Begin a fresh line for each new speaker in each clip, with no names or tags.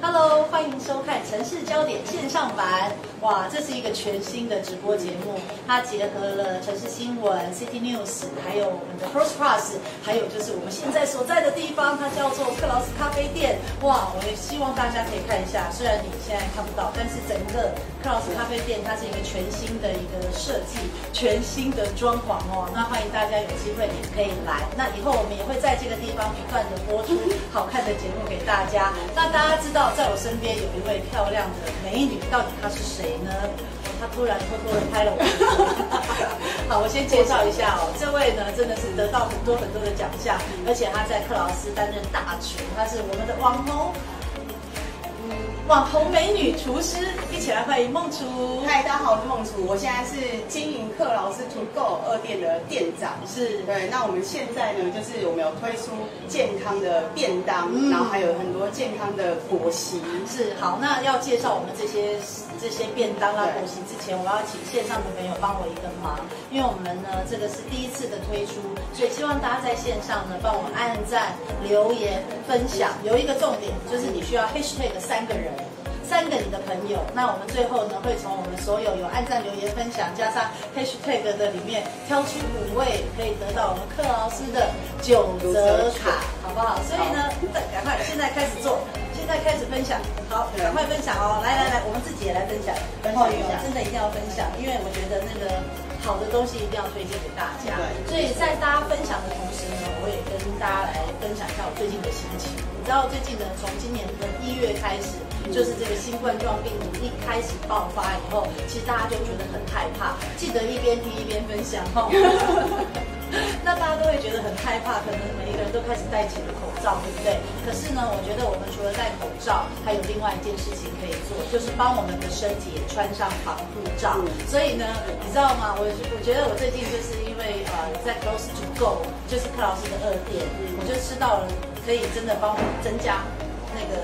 Hello，欢迎收看《城市焦点》线上版。哇，这是一个全新的直播节目，它结合了城市新闻、City News，还有我们的 Cross Plus，还有就是我们现在所在的地方，它叫做克劳斯咖啡店。哇，我也希望大家可以看一下，虽然你现在看不到，但是整个克劳斯咖啡店它是一个全新的一个设计，全新的装潢哦。那欢迎大家有机会可以来。那以后我们也会在这个地方不断的播出好看的节目给大家。那大家知道，在我身边有一位漂亮的美女，到底她是谁呢？她突然偷偷的拍了我。好，我先介绍一下哦，这位呢真的是得到很多很多的奖项，而且她在克劳斯担任大厨，她是我们的网红。嗯网红美女厨师，一起来欢迎梦厨。
嗨，大家好，我是梦楚，我现在是经营克劳斯图购二店的店长。
是
对，那我们现在呢，就是我们有推出健康的便当，
嗯
然后还有很多健康的果昔。
是好，那要介绍我们这些这些便当啦、果
对
昔之前，我要请线上的朋友帮我一个忙，因为我们呢这个是第一次的推出，所以希望大家在线上呢帮我按赞、留言、分享。有一个重点就是你需要 hashtag 三个人。三个你的朋友，那我们最后呢会从我们所有有按赞、留言、分享，加上 hashtag 的里面挑出五位，可以得到我们克劳斯的九折卡，好不好？所以呢，赶快现在开始做，现在开始分享，好，
对
赶快分享哦！来来来，我们自己也来分享，
分享一下
哦真的一定要分享，因为我觉得那个好的东西一定要推荐给大家。
对
所以在大家分享的同时呢，我也跟大家来分享一下我最近的心情。你知道最近呢，从今年的一月开始，就是这个新冠状病毒一开始爆发以后，其实大家就觉得很害怕。记得一边听一边分享哦。 那大家都会觉得很害怕，可能每一个人都开始戴起了口罩，对不对？可是呢，我觉得我们除了戴口罩，还有另外一件事情可以做，就是帮我们的身体也穿上防护罩。
嗯
所以呢，你知道吗？我我觉得我最近就是因为呃，在 Close to Go，就是克劳斯的二店，
嗯
我就吃到了可以真的帮我增加那个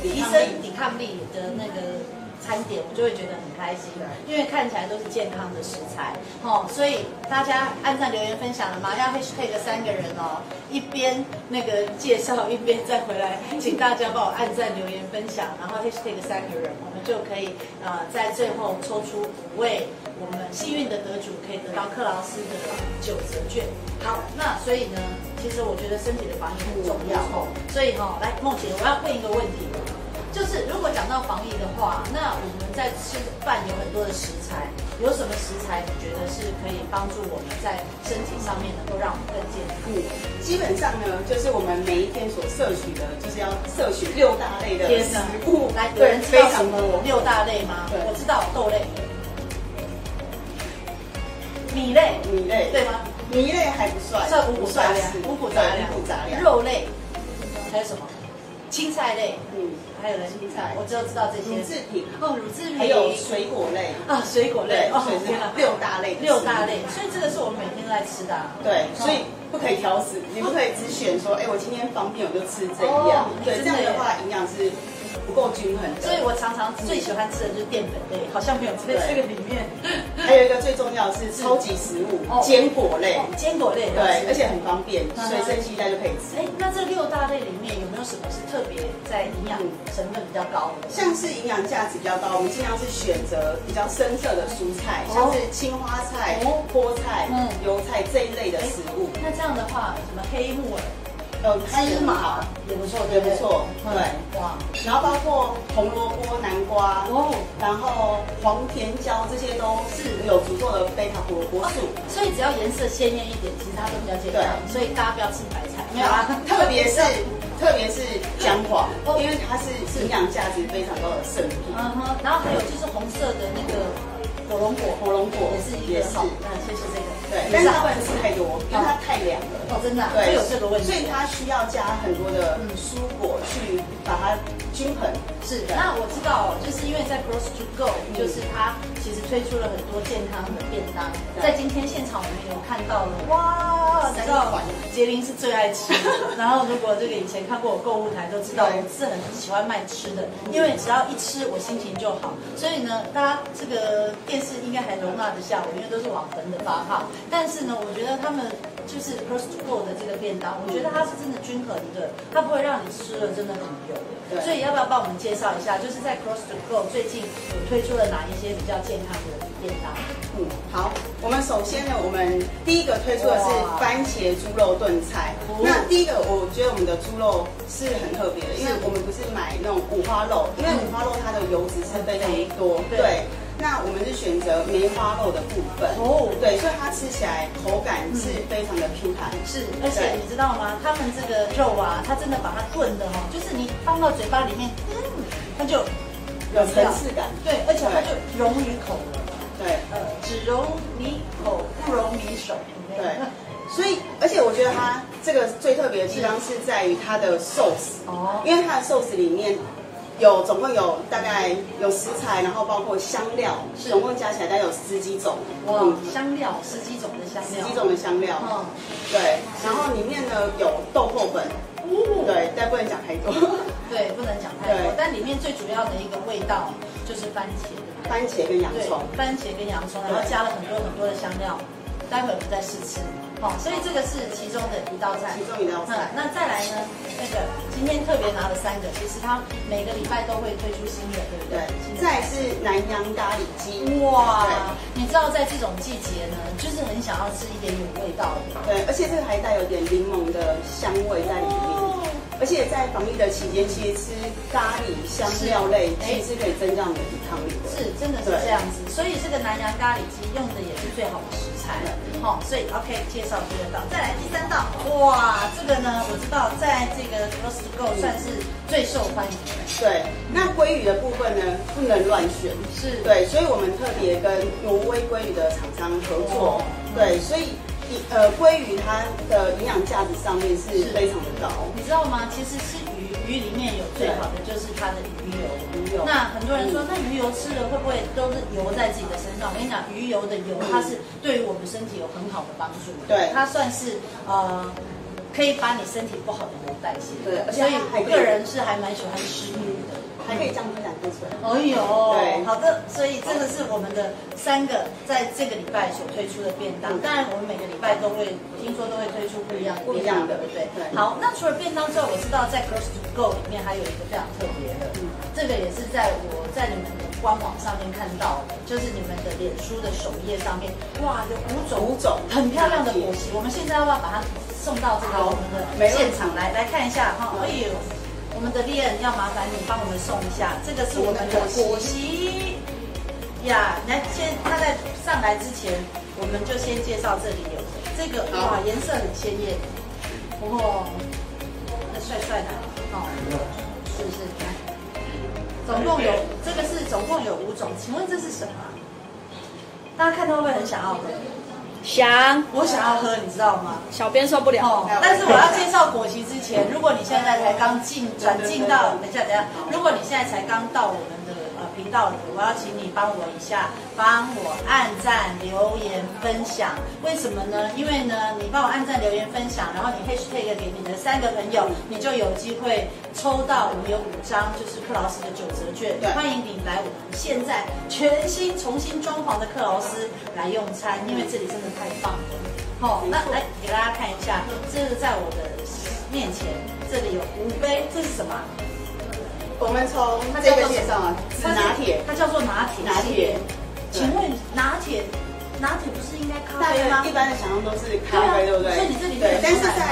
提
抵抗力
升抵抗力的那个餐点，我就会觉得很开心，因为看起来都是健康的食材哦。所以大家按赞、留言、分享了吗？要 hashtag 三个人哦， 一边那个介绍，一边再回来，请大家帮我按赞、留言、分享，然后 hashtag 三个人，我们就可以呃在最后抽出五位我们幸运的得主，可以得到克劳斯的九折券。好，那所以呢，其实我觉得身体的防疫很重要哦。所以哈、来梦姐，我要问一个问题，就是如果讲到防疫的话，那我们在吃饭有很多的食材，有什么食材你觉得是可以帮助我们在身体上面能够让我们更健康？
嗯，基本上呢，就是我们每一天所摄取的，就是要摄取六大类的食物，
来哎有
对
人，知
非
道什
常
么
多。
六大类吗？
对
我知道豆类、米类，
米类，
对吗？
米类还不算，
算五谷杂粮
是，
五谷杂粮
对五谷杂，粮，，
肉类，还有什么？青菜类，
嗯，
还有人
青菜
我只有知道这些
乳制品，
哦，乳制品，
还有水果类，
啊，水果类
对，
哦
所以，
天啊
是六大类的食物，
六大类，所以这个是我们每天都在吃的啊。
对，所以不可以挑食，你不可以只选说，哎、我今天方便我就吃这一样，
哦
对，这
真
样
的耶
的话营养是不够均衡的。
所以我常常最喜欢吃的就是淀粉类，好像没有在这个里面。
还有一个最重要的是超级食物
哦，
坚、果类，
哦坚果类的
对，而
是。
且很方便，
嗯
随身携带就可以吃。
哎，那这六大类里面有没有什么是特别在营养成分比较高的？
像是营养价值比较高，我们尽量是选择比较深色的蔬菜，
哦
像是青花菜、
哦
菠菜、
嗯
油菜这一类的食物。
那这样的话，什么黑木耳、
呃，
芝麻也不错，对
也
不
不
对？
错，
嗯
对。
哇，
然后包括红萝卜、南瓜，
哦，
然后黄甜椒这些都是有足够的贝塔胡萝卜素，
哦所以只要颜色鲜艳一点，其实它都比较健康。
对
所以大家不要吃白菜，没
没
有
有
啊
啊，特别是特别是姜黄
哦，
因为它是营养价值非常高的圣品。
嗯哼，然后还有就是红色的那个火龙果，
火龙果
也是一
也
个
是
好，那就是这个，
对，但
以
是
上
它不能吃太多，因为它太凉了。
哦，真的啊，会
对，
有这个问题
所。以它需要加很多的蔬果去把它均衡。
是，
的
那我知道，哦就是因为在 Cross to Go，
嗯
就是它其实推出了很多健康的便当，
对
在今天现场我们有看到了，哇，你
三
知道
款
杰林是最爱吃的，然后如果这个以前看过我购物台都知道，
对
我是很喜欢卖吃的，因为只要一吃我心情就好，所以呢，大家这个电视应该还容纳得下我，因为都是网红的发号，但是呢，我觉得他们。就是 p r o s t o 的这个便当，我觉得它是真的均衡的，它不会让你吃了真的很油。
对
所以要不要帮我们介绍一下，就是在 Cross to Go 最近有推出了哪一些比较健康的便当？
嗯，好，我们首先呢，我们第一个推出的是
哇
番茄猪肉炖菜
哦。
那第一个，我觉得我们的猪肉是很特别的，因为我们不是买那种五花肉，因为五花肉它的油脂是非常多。
对
对，那我们是选择梅花肉的部分。
哦
对，所以它吃起来口感是非常的 Q 弹。
是，而且你知道吗？他们这个肉啊，它真的把它炖的哦，就是你放到嘴巴里面，嗯，它就
有层次感。
对，而且它就溶于口了，
对。
呃，只溶你口，不溶你手，有没有
对，所以而且我觉得它这个最特别的地方是在于它的寿司
哦
因为它的寿司里面有总共有大概有食材，然后包括香料，
是
总共加起来大概有十几种，
哇
嗯，
香料十几种的香
十
料，
几种的香料，
嗯，
对，然后里面呢有豆蔻粉，
哦
对，但不能讲太多，
对，不能讲太多
嗯对，
但里面最主要的一个味道就是番茄，
番茄跟洋
对
葱，，
番茄跟洋葱，然后
对
加了很多很多的香料，待会我们再试吃。好、所以这个是其中的一道菜。
其中一道
嗯
菜
那再来呢？那个今天特别拿了三个，其实它每个礼拜都会推出新的，对不
对
对？新，的
再来是南洋咖喱鸡，
哇
对，
你知道在这种季节呢，就是很想要吃一点有味道的。
对，而且这个还带有点柠檬的香味在里面。
哦
而且在防疫的期间，其实吃咖喱香料类，
是哎
其实是可以增加我们的抵抗力的。
是，真的是这样子。所以这个南洋咖喱鸡用的也是最好的食材，好、所以 OK 介绍第二道，再来第三道，哇，这个呢我知道在这个 Costco 算是最受欢迎的，
对。那鲑鱼的部分呢，不能乱选。
是
对，所以我们特别跟挪威鲑鱼的厂商合作
哦。
对，所以一呃，鲑鱼它的营养价值上面是
是
非常的高。
你知道吗？其实吃鱼，鱼里面有最好的就是它的鱼油。
鱼油
那很多人说
嗯，
那鱼油吃了会不会都是油在自己的身上？我跟你讲，鱼油的油它是对于我们身体有很好的帮助。
对
它算是呃。可以把你身体不好的油代谢
对
掉，
而且
所以
还
我
可以
个人是还蛮喜欢吃鱼的。
还可以降低胆固醇。
哦
对
呦，好的，所以这个是我们的三个在这个礼拜所推出的便当。
嗯
当然，我们每个礼拜都会听说都会推出不一样的
不
便
一样
当，
的
对不对？
对
好，那除了便当之外，我知道在 Girls to Go 里面还有一个非常特别的，
嗯
这个也是在我在你们的官网上面看到的，就是你们的脸书的首页上面，哇，有五种
五种
很漂亮的果昔。我们现在要不要把它送到这个我
好
们的
没问题
现场来来看一下哈？
嗯
哎呦，我们的 l i n 要麻烦你帮我们送一下，这个是我们的果昔呀。来，先他在上来之前，我们就先介绍这里有这个
好
哇，颜色很鲜艳，哇，那帅帅的哦，是不是？来，总共有这个是总共有五种，请问这是什么啊？大家看到会不会很想要喝？
翔，
我想要喝，你知道吗？
小编受不了。
哦，但是我要介绍果昔之前，如果你现在才刚进转进到，等一下等一下，如果你现在才刚到我们的呃频道里，我要请你帮我一下，帮我按赞、留言、分享。为什么呢？因为呢，你帮我按赞、留言、分享，然后你 hashtag 给你的三个朋友，你就有机会抽到我们有五张就是克劳斯的九折券
对。
欢迎你来我们现在全新重新装潢的克劳斯来用餐，因为这里真的太棒了。哦，那来给大家看一下，这是在我的面前，这里有五杯，这是什么啊？
我们从这个介绍啊，紫
它是
拿铁，
它叫做拿铁。
拿铁。
请问拿铁，拿铁不是应该咖
大
啡吗
家一？般的想象都是咖
对啊
啡，对不对？
所以你这里面
对
有，
但是
出来
在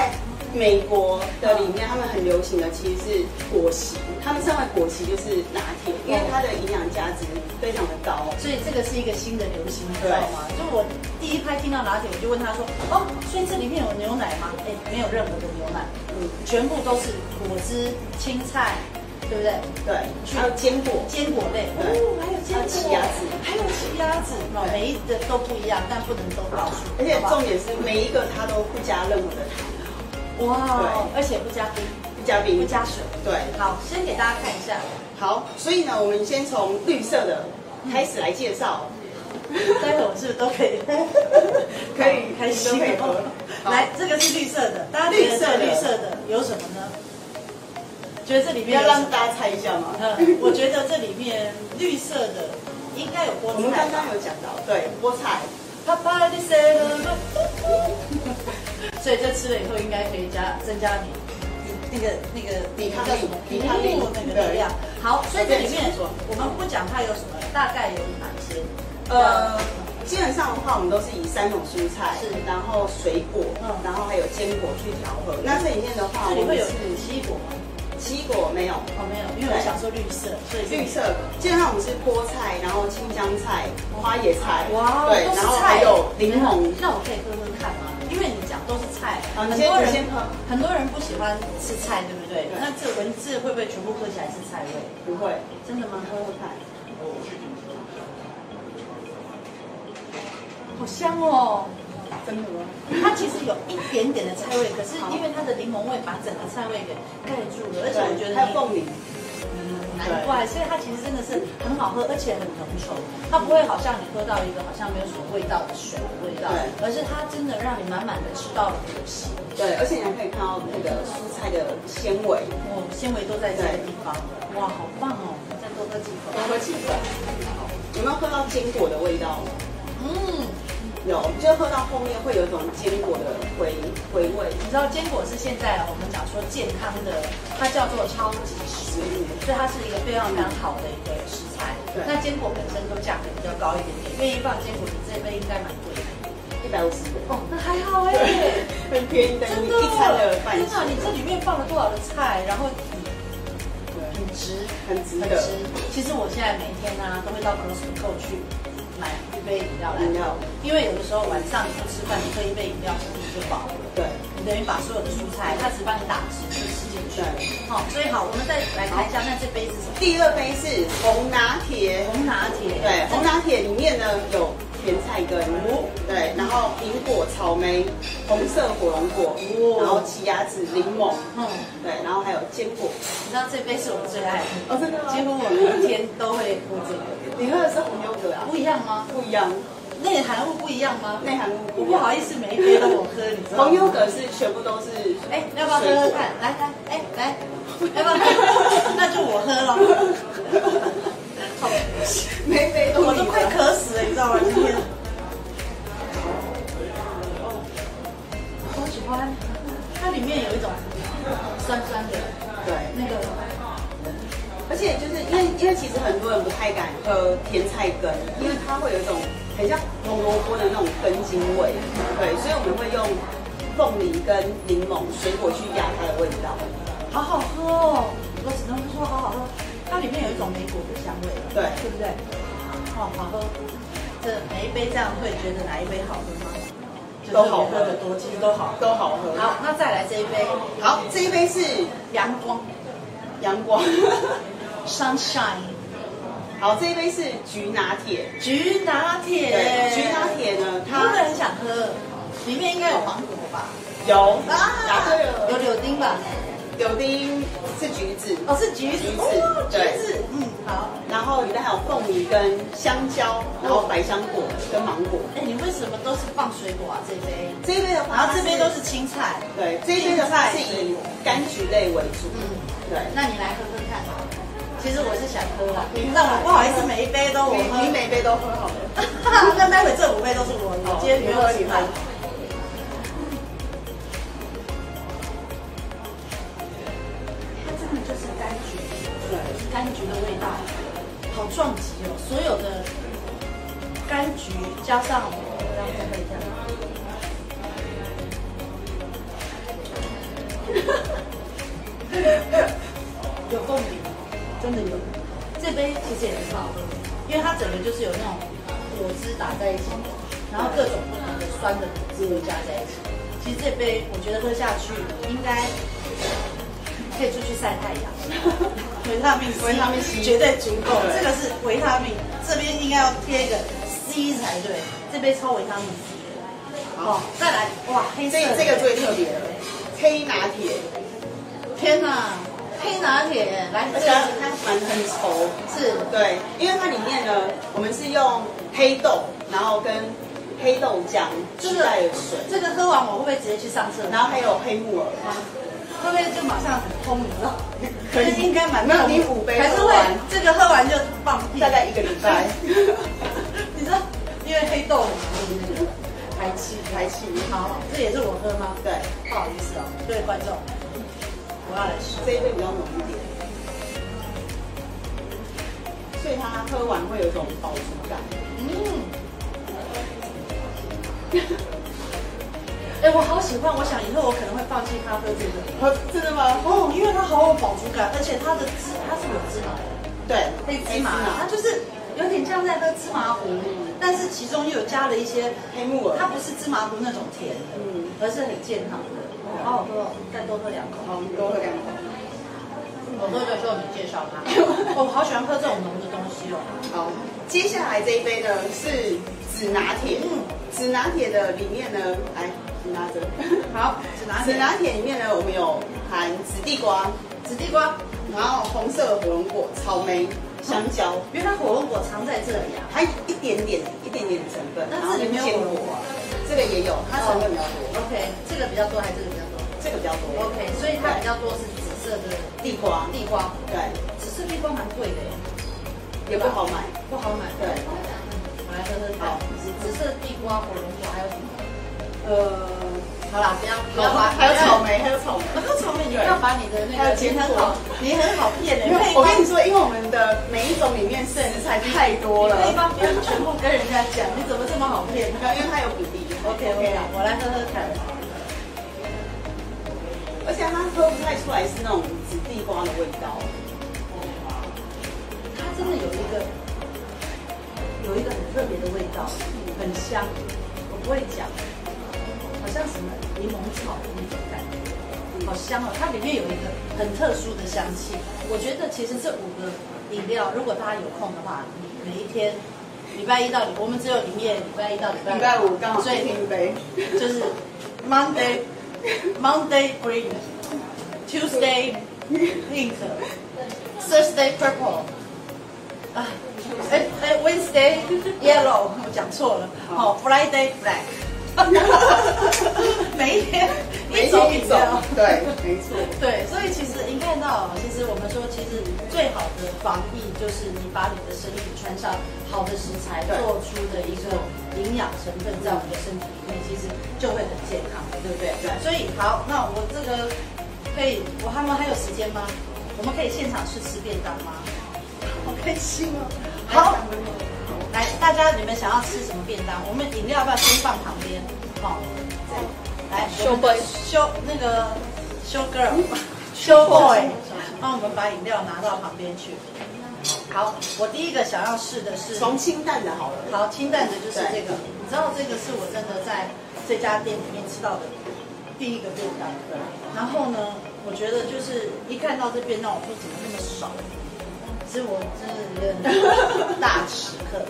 美国的里面，他们很流行的其实是果昔，他们称为果昔就是拿铁，因为它的营养价值非常的高。
所以这个是一个新的流行，你知
对
道吗？就我第一拍听到拿铁，我就问他说：“哦，所以这里面有牛奶吗？”哎，没有任何的牛奶，
嗯，
全部都是果汁、青菜，对不对？
对，还有坚果，
坚果类，
对
哦，还有坚
还有
果，
奇亚籽
还有奇亚籽，哦
对
每一个都不一样，但不能都告诉你。
而且
好不好
重点是每一个它都不加任何的糖，
哇哦，而
对
且不加冰，
不加
不
冰。
加水。
对，
好，先给大家看一下，
好，所以呢，我们先从绿色的
嗯
开始来介绍。
待会我是不是都可以？
可以
开心
都可以
哦
喝
来，这个是绿色的，大家觉得这个
绿
绿
色
色的有什么呢？觉得这里
不
面
要
有什么
让大家猜一下嘛。
嗯， 我觉得这里面绿色的应该有菠
我们
菜
刚
吧
刚。有讲到，对，菠菜，
Papa 的 s a l 所以这吃了以后应该可以加增加你你那个那个
抵抗力
叫什么
抵抗力
那个力量。好，所以这里面
随便你说
我们不讲它有什么，大概有哪些？
呃，基本上的话，我们都是以三种蔬菜，
是
然后水果，
嗯
然后还有坚果去调和。那这里面的话，
这
我
里
们
会有
是
奇异果吗？
奇异果没有，
哦，没有，因为我想说绿色，所以是
绿色的。基本上我们是菠菜，然后青江菜、花椰菜，嗯
哇，哦
对，
都是
然后
菜哦嗯
还有柠檬。
那我可以喝喝看吗？因为你讲都是菜，
好
很
你先
多
你先
人
喝
很多人不喜欢吃菜，对不对？
对
那这文字会不会全部喝起来是菜味？
不会，
真的吗？
喝喝看。
好香哦！
真的吗？
它其实有一点点的菜味，可是因为它的柠檬味把整个菜味给盖住了，而且我觉得
还
你
有凤梨，
难怪，所以它其实真的是很好喝，而且很浓稠，它不会好像你喝到一个好像没有什么味道的水的味道，而
对
是它真的让你满满的吃到了果昔，
对，而且你还可以看到那个蔬菜的纤维，
哦，纤维都在这个地方，哇，好棒哦！再多喝几口
多，喝几个。有没有喝到坚果的味道？
嗯，
有，就喝到后面会有一种坚果的回回味。
你知道坚果是现在我们讲说健康的，它叫做超级食物，所以它是一个非常非常好的一个食材
对。
那坚果本身都价格比较高一点点，愿意放坚果，你这一杯应该蛮贵的。
一百五十元，
哦，那还好哎、
对，很便宜的，
真
你
的，哦
一餐的饭
天哪，你
钱，
这里面放了多少的菜，然后
对，
很值，
很值
很
得
值。其实我现在每天呢、都会到 Costco 去买一杯饮料来
饮料
喝，因为有的时候晚上你不吃饭，你喝一杯饮料其实你就饱了。
对，
你等于把所有的蔬菜，它只帮你打汁就吃进去
对。
好、所以好，我们再来看一下，那这杯是什么？
第二杯是红拿铁，
红拿铁。
对，红拿铁里面呢有甜菜根，对，然后苹果、草莓、红色火龙果，然后奇亚籽、柠檬，
嗯，
对，然后还有坚果。
你知道这杯是我最爱的，
哦，真的
几乎我每天都会喝这个。
你喝的是红优格啊？
不一样吗？
不一样，
内含物不一样吗？
内含物
我
不一
不好
样。
意思，每一杯都我喝，你 知道吗？
红优格是全部都 是，
哎，要不要喝喝看？来来，哎来，要不要喝？ 那就我喝了，好，
每杯都
我都快渴死了，你知道吗？今天。哦我喜欢，它里面有一种酸酸的
对。
那个，
而且就是因为因为其实很多人不太敢喝甜菜根，因为它会有一种很像红萝卜的那种根茎味，对，所以我们会用凤梨跟柠檬水果去压它的味道。
好好喝哦！我只能说好好喝，它里面有一种梅果的香味，
对
对不对？哦，好喝。这每一杯这样会觉得哪一杯好喝吗？
都好
就
喝
特别得多，其实都好喝。
都好喝。
好，那再来这一杯
好，这一杯是
阳光
阳光，
sunshine
好，这一杯是菊拿铁。
橘拿铁
对，，菊拿，铁呢，
我真的
它
很想喝，里面应该有芒果吧？
有答对
啊，有
了，
柳丁吧？
柳丁是橘子，
哦，是橘
橘
子
子，
哦橘
对
子，嗯，好。
然后里面还有凤梨跟香蕉，然后百香果跟芒果。
哎，你为什么都是放水果啊？这一杯，
这一杯的话，
然后这
它
杯都是青菜，
对，这一杯的话是以柑橘类为主。
嗯，
对，
那你来喝喝看。其实我是想喝啦，但我不好意思每一杯都我
你
喝。
你每杯都喝好了。
那待会这五杯都是我的，
好
我今天没有
你
吃
喝
饭
你。
它真的就是柑橘，
对，
柑橘的味道，好撞击哦！所有的柑橘加上，让我再喝一下。有共鸣，真的有。这杯其实也很好喝，因为它整个就是有那种果汁打在一起，然后各种不同的酸的果汁都加在一起。其实这杯我觉得喝下去应该可以出去晒 太阳，维他命 C，
维他命 C
绝对足够。
对
这个是维他命，这边应该要贴一个 C 才对。这杯超维他命 C 的。
好
哦，再来，哇，黑色
这
的
这个最特别了，黑拿铁，
天哪，黑拿铁，来，
而
这
且
个
它蛮很稠。
是
对，因为它里面呢，我们是用黑豆，然后跟黑豆浆
这
取
个
代了水，
这个喝完我会不会直接去上厕所？
然后还有黑木耳。
会不会就马上很空？你知道？
可以
这应该蛮
没有
痛的
你五杯
还是
喝
会
完
这个喝完就放屁？
大概一个礼拜
你知道，因为黑豆很容易那个，排气
排气
好，这也是我喝吗？
对，
不好意思哦，各位观众，我要来说，
这一杯比较浓一点，所以它喝完会有一种饱足感。
嗯，哎、我好喜欢，我想以后我可能会放弃咖啡这个。
喝真的吗？
哦，因为它好有饱足感，而且它的芝它是有芝麻的，
对，
黑芝麻，它
啊
就是有点像在喝芝麻糊，但是其中又有加了一些，
黑木耳
它，不是芝麻糊那种甜的，
嗯，
而是很健康的，好好喝哦，再多喝两口。
好，我们多喝两口。
我喝的时候你介绍 它，我好喜欢喝这种浓的东西哦。
好，接下来这一杯呢是紫拿铁，
嗯
紫拿铁的里面呢，来，你拿 着。
好，只拿
紫
只拿
拿铁里面呢，我们有含紫地瓜，
紫地瓜，
然后红色的火龙果、草莓、香蕉，
原来火龙果藏在这里啊。
还有一点点、一点点的成分。
但是里面有
坚哦
火龙果啊
这个也有，它成分比较多，
OK，这个比较多还是这个比较多
这个比较多。
？OK，所以它比较多是紫色的
地瓜，
地瓜，
对，
紫色地瓜蛮贵的耶，
也不好买。
不好买。嗯
对，
我来喝喝看
好，
紫色地瓜、火龙果还有什么？
呃，
好啦，不要不要
然后
把
还有草，莓，还有草莓。
不要草莓，你不要把你的那
还
个
有坚
你
果
很好，你很好骗
因
人。
为我跟你说，因为我们的每一种里面剩的食材太多了，
对方不要全部跟人家讲，你怎么这么好骗
没有因为它有比例。
？OK OK，我来喝喝看。
而且它喝不太出来是那种紫地瓜的味道。
它真的有一个有一个很特别的味道，很香，我不会讲，好像什么柠檬草的那种感觉，好香哦！它里面有一个很特殊的香气。我觉得其实这五个饮料，如果大家有空的话，你每一天。礼拜一到礼，我们只有营业礼拜一到礼拜
礼拜五刚好
所
最
以
一杯，
就是 Monday Monday green Tuesday pink Thursday purple 啊，哎哎 Wednesday yellow 我讲错了，好 Friday black，每一天一种饮料。
对，没错。
对，所以其实您看到，啊其实我们说，其实最好的防疫就是你把你的身体穿上好的食材，
对
做出的一个营养成分在我们的身体里面，其实就会很健康的，对不对？
对
所以好，那我这个可以，我他们还有时间吗？我们可以现场去吃便当吗？好开心哦！好，来，大家你们想要吃什么便当？我们饮料要不要先放旁边？好、来，
修杯
修那个修 girl，修 boy，帮我们把饮料拿到旁边去。好，我第一个想要试的是，
从清淡的好了，
好清淡的就是这个，你知道这个是我真的在这家店里面吃到的第一个便当。然后呢，我觉得就是一看到这便当，我说怎么那么少？其实我真的有点大吃客，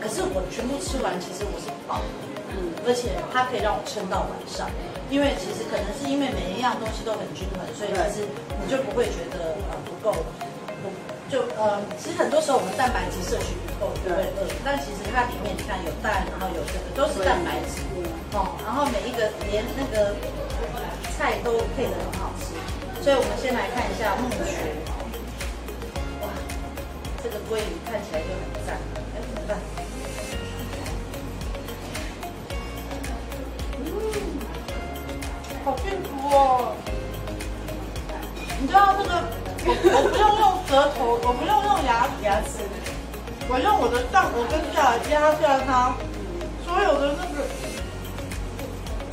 可是我全部吃完，其实我是饱的。
嗯，
而且它可以让我撑到晚上，因为其实可能是因为每一样东西都很均衡，所以其实你就不会觉得呃不够，不就呃其实很多时候我们蛋白质摄取不够就会饿，但其实它里面你看有蛋，然后有这个都是蛋白质，哦，然后每一个连那个菜都配得很好吃，所以我们先来看一下木须，哇，这个鲑鱼看起来就很赞，哎怎么办？嗯好幸福哦！你知道这个，我我不用用舌头，我不用用牙牙齿，我用我的上我跟下来压下它，所有的那个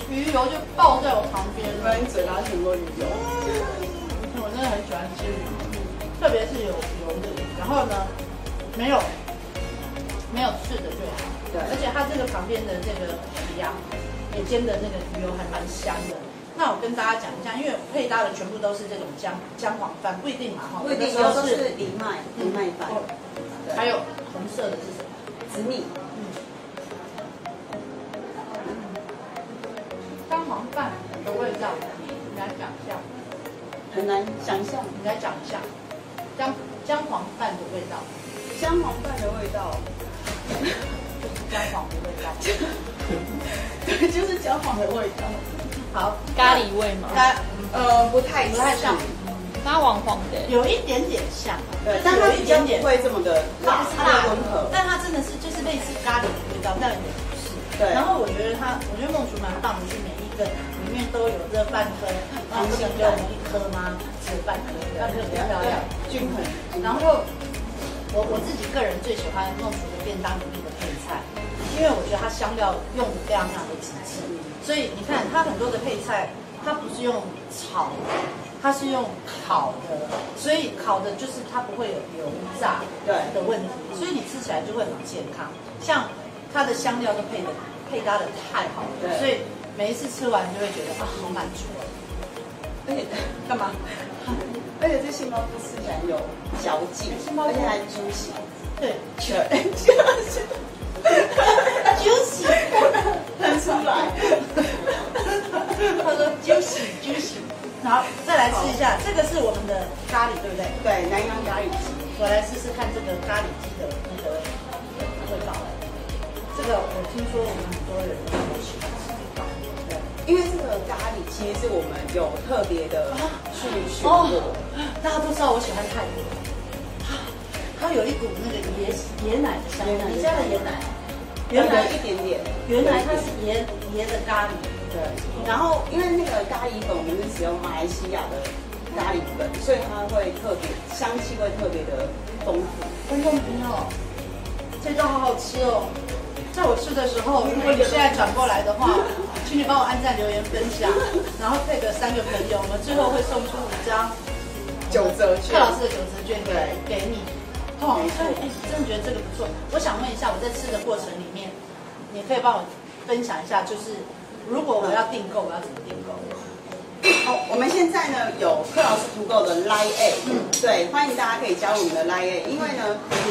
鱼油就爆在我旁边
不
了。
然你嘴巴全部都油。
我真的很喜欢吃鱼，特别是有油的鱼。然后呢，没有没有刺的最好。
对
而且它这个旁边的这个鱼啊，也煎的那个鱼油还蛮香的。那我跟大家讲一下，因为我配搭的全部都是这种姜姜黄饭，不一定嘛哈，
不一定，
有
有
的时
的时
候
候是藜麦，藜
嗯
麦饭，
哦还有红色的是什么？
紫米，
姜黄饭的味道，你来讲一下，
很难想象
你来讲一下姜姜黄饭的味道，
姜黄饭的味道。
就是姜黄的味 道。
对，就是姜黄的味道。
好，
咖喱味吗？
大家
呃，不太
不太像，
它黄黄的欸，
有一点点像，
对，但它
有
比
一
较
点点
不会这么的辣，它的温和。
但它真的是就是类似咖喱的味道，但也不是。
对
然后我觉得他，我觉得梦竹蛮棒的，是每一个里面都有这半颗，然后不能给我们一颗吗？只有半颗，半颗比较漂亮。
均衡。
然后我我自己个人最喜欢梦竹的便当里面的配菜，因为我觉得它香料用的非常非常的极致，所以你看它很多的配菜，它不是用炒的，它是用烤的，所以烤的就是它不会有油炸
对
的问题，所以你吃起来就会很健康。像它的香料都配的配搭的太好了，
对
所以每一次吃完就会觉得啊好满足哦。
而且
干嘛？
而且这杏鲍菇吃起来有嚼劲，
杏鲍菇
而且还猪血，
对
对，就是
，juicy。
喷出来。
他说 juicy juicy，然后再来吃一下，这个是我们的咖喱，对不对？
对，南洋咖喱鸡，
我来试试看这个咖喱鸡的那个味道。这个我听说我们很多人都喜欢吃这个
因为这个咖喱其实是我们有特别的去选
哦
过，，
大家都知道我喜欢泰国，它有一股那个椰椰奶的香
椰
味
奶，的
你加了椰奶，
原
原
来
来
一点点，
原来它是椰椰的咖喱，
对。
然后
因为那个咖喱粉，我们是使用马来西亚的咖喱粉，所以它会特别香气会特别的丰富。
观众朋友，这道好好吃哦！在我吃的时候，如果你现在转过来的话，请你帮我按赞、留言、分享，然后配个三个朋友，我们最后会送出五张
九折
克老师的九折券给给你。哦
没，
所
错
以哎，真的觉得这个不错。我想问一下，我在吃的过程里面，你可以帮我分享一下，就是如果我要订购，我要怎么订购？
哦，我们现在呢有克劳斯足够的 Line A，对，欢迎大家可以加入我们的 Line A，因为呢，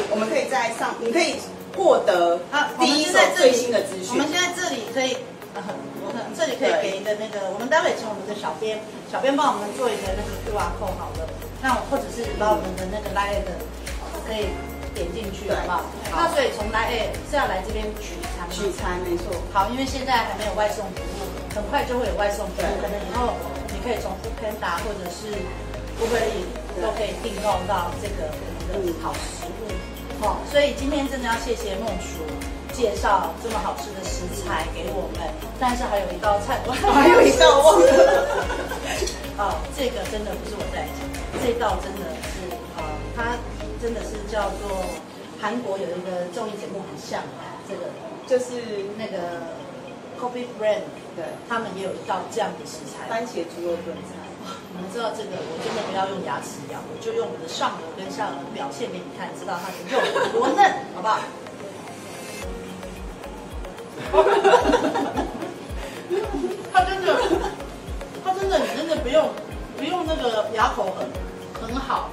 我们可以在上，你可以获得
啊，我
第
们
一
就
手
在这
最
里
新的资
我
讯
们。现在这里可以，呃我们这里可以给一个那个，我们待会请我们的小编，小编帮我们做一个那个 QR code 好了，那或者是把我们的那个 Line 的可以点进去，
对
好不好？
好
那所以从 Line 是要来这边取餐吗？
聚餐没错，
好，因为现在还没有外送服务，很快就会有外送服务，
对
可能以后你可以从 f o o Panda 或者是 Uber E
对
都可以订购到这个我们的好食物。哦，所以今天真的要谢谢梦叔介绍这么好吃的食材给我们，但是还有一道菜，我
还有一道忘了。
哦，这个真的不是我在讲，这道真的是呃，它真的是叫做韩国有一个综艺节目很像啊，这个
就是
那个 Coffee Brand，
对
他们也有一道这样的食材。
番茄猪肉炖菜。
你们知道这个，我真的不要用牙齿咬，我就用我的上颚跟下颚表现给你看，知道它的肉有多嫩，好不好？ 它真的，它真的，你真的不用不用那个牙口很很好，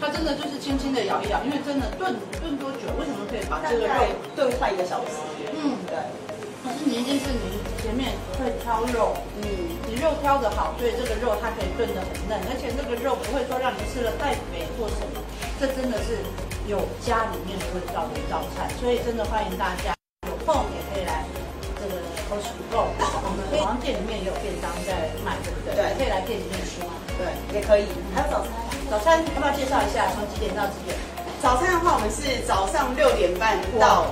它真的就是轻轻的咬一咬，因为真的炖炖多久，为什么可以把
大
这个肉
概炖快一个小时。
嗯？
对，
可是你一定是你前面会挑肉，
嗯，
你肉挑的好，所以这个肉它可以炖得很嫩，而且那个肉不会说让你吃了太肥或什么，这真的是有家里面的味道的一道菜，所以真的欢迎大家有空也可以来这个 Coach Go，我们好像店里面也有便当在卖，对不对？
对
可以来店里面吃吗？
对，也可以。还有早餐。
早餐要不要介绍一下？从几点到几点？
早餐的话，我们是早上六点半到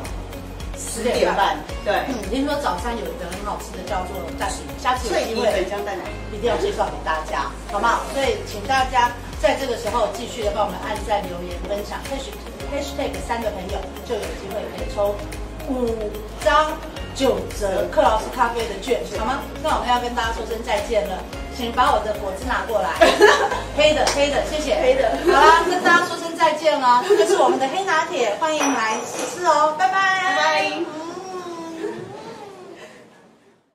十
十点半。，对，
嗯，听说早餐有一个很好吃的叫做蛋饼，下次
脆
有机
皮
会
粉浆蛋奶。
一定要介绍给大家，好不好？所以请大家在这个时候继续的帮我们按赞、留言、分享，#hashtag hashtag 三个朋友就有机会可以抽五张九折克劳斯咖啡的券，好吗？那我们要跟大家说声再见了，请把我的果汁拿过来，黑的黑的，谢谢
黑的
好啦，跟大家说声再见了，这个是我们的黑拿铁，欢迎来试试哦，拜拜，
拜拜。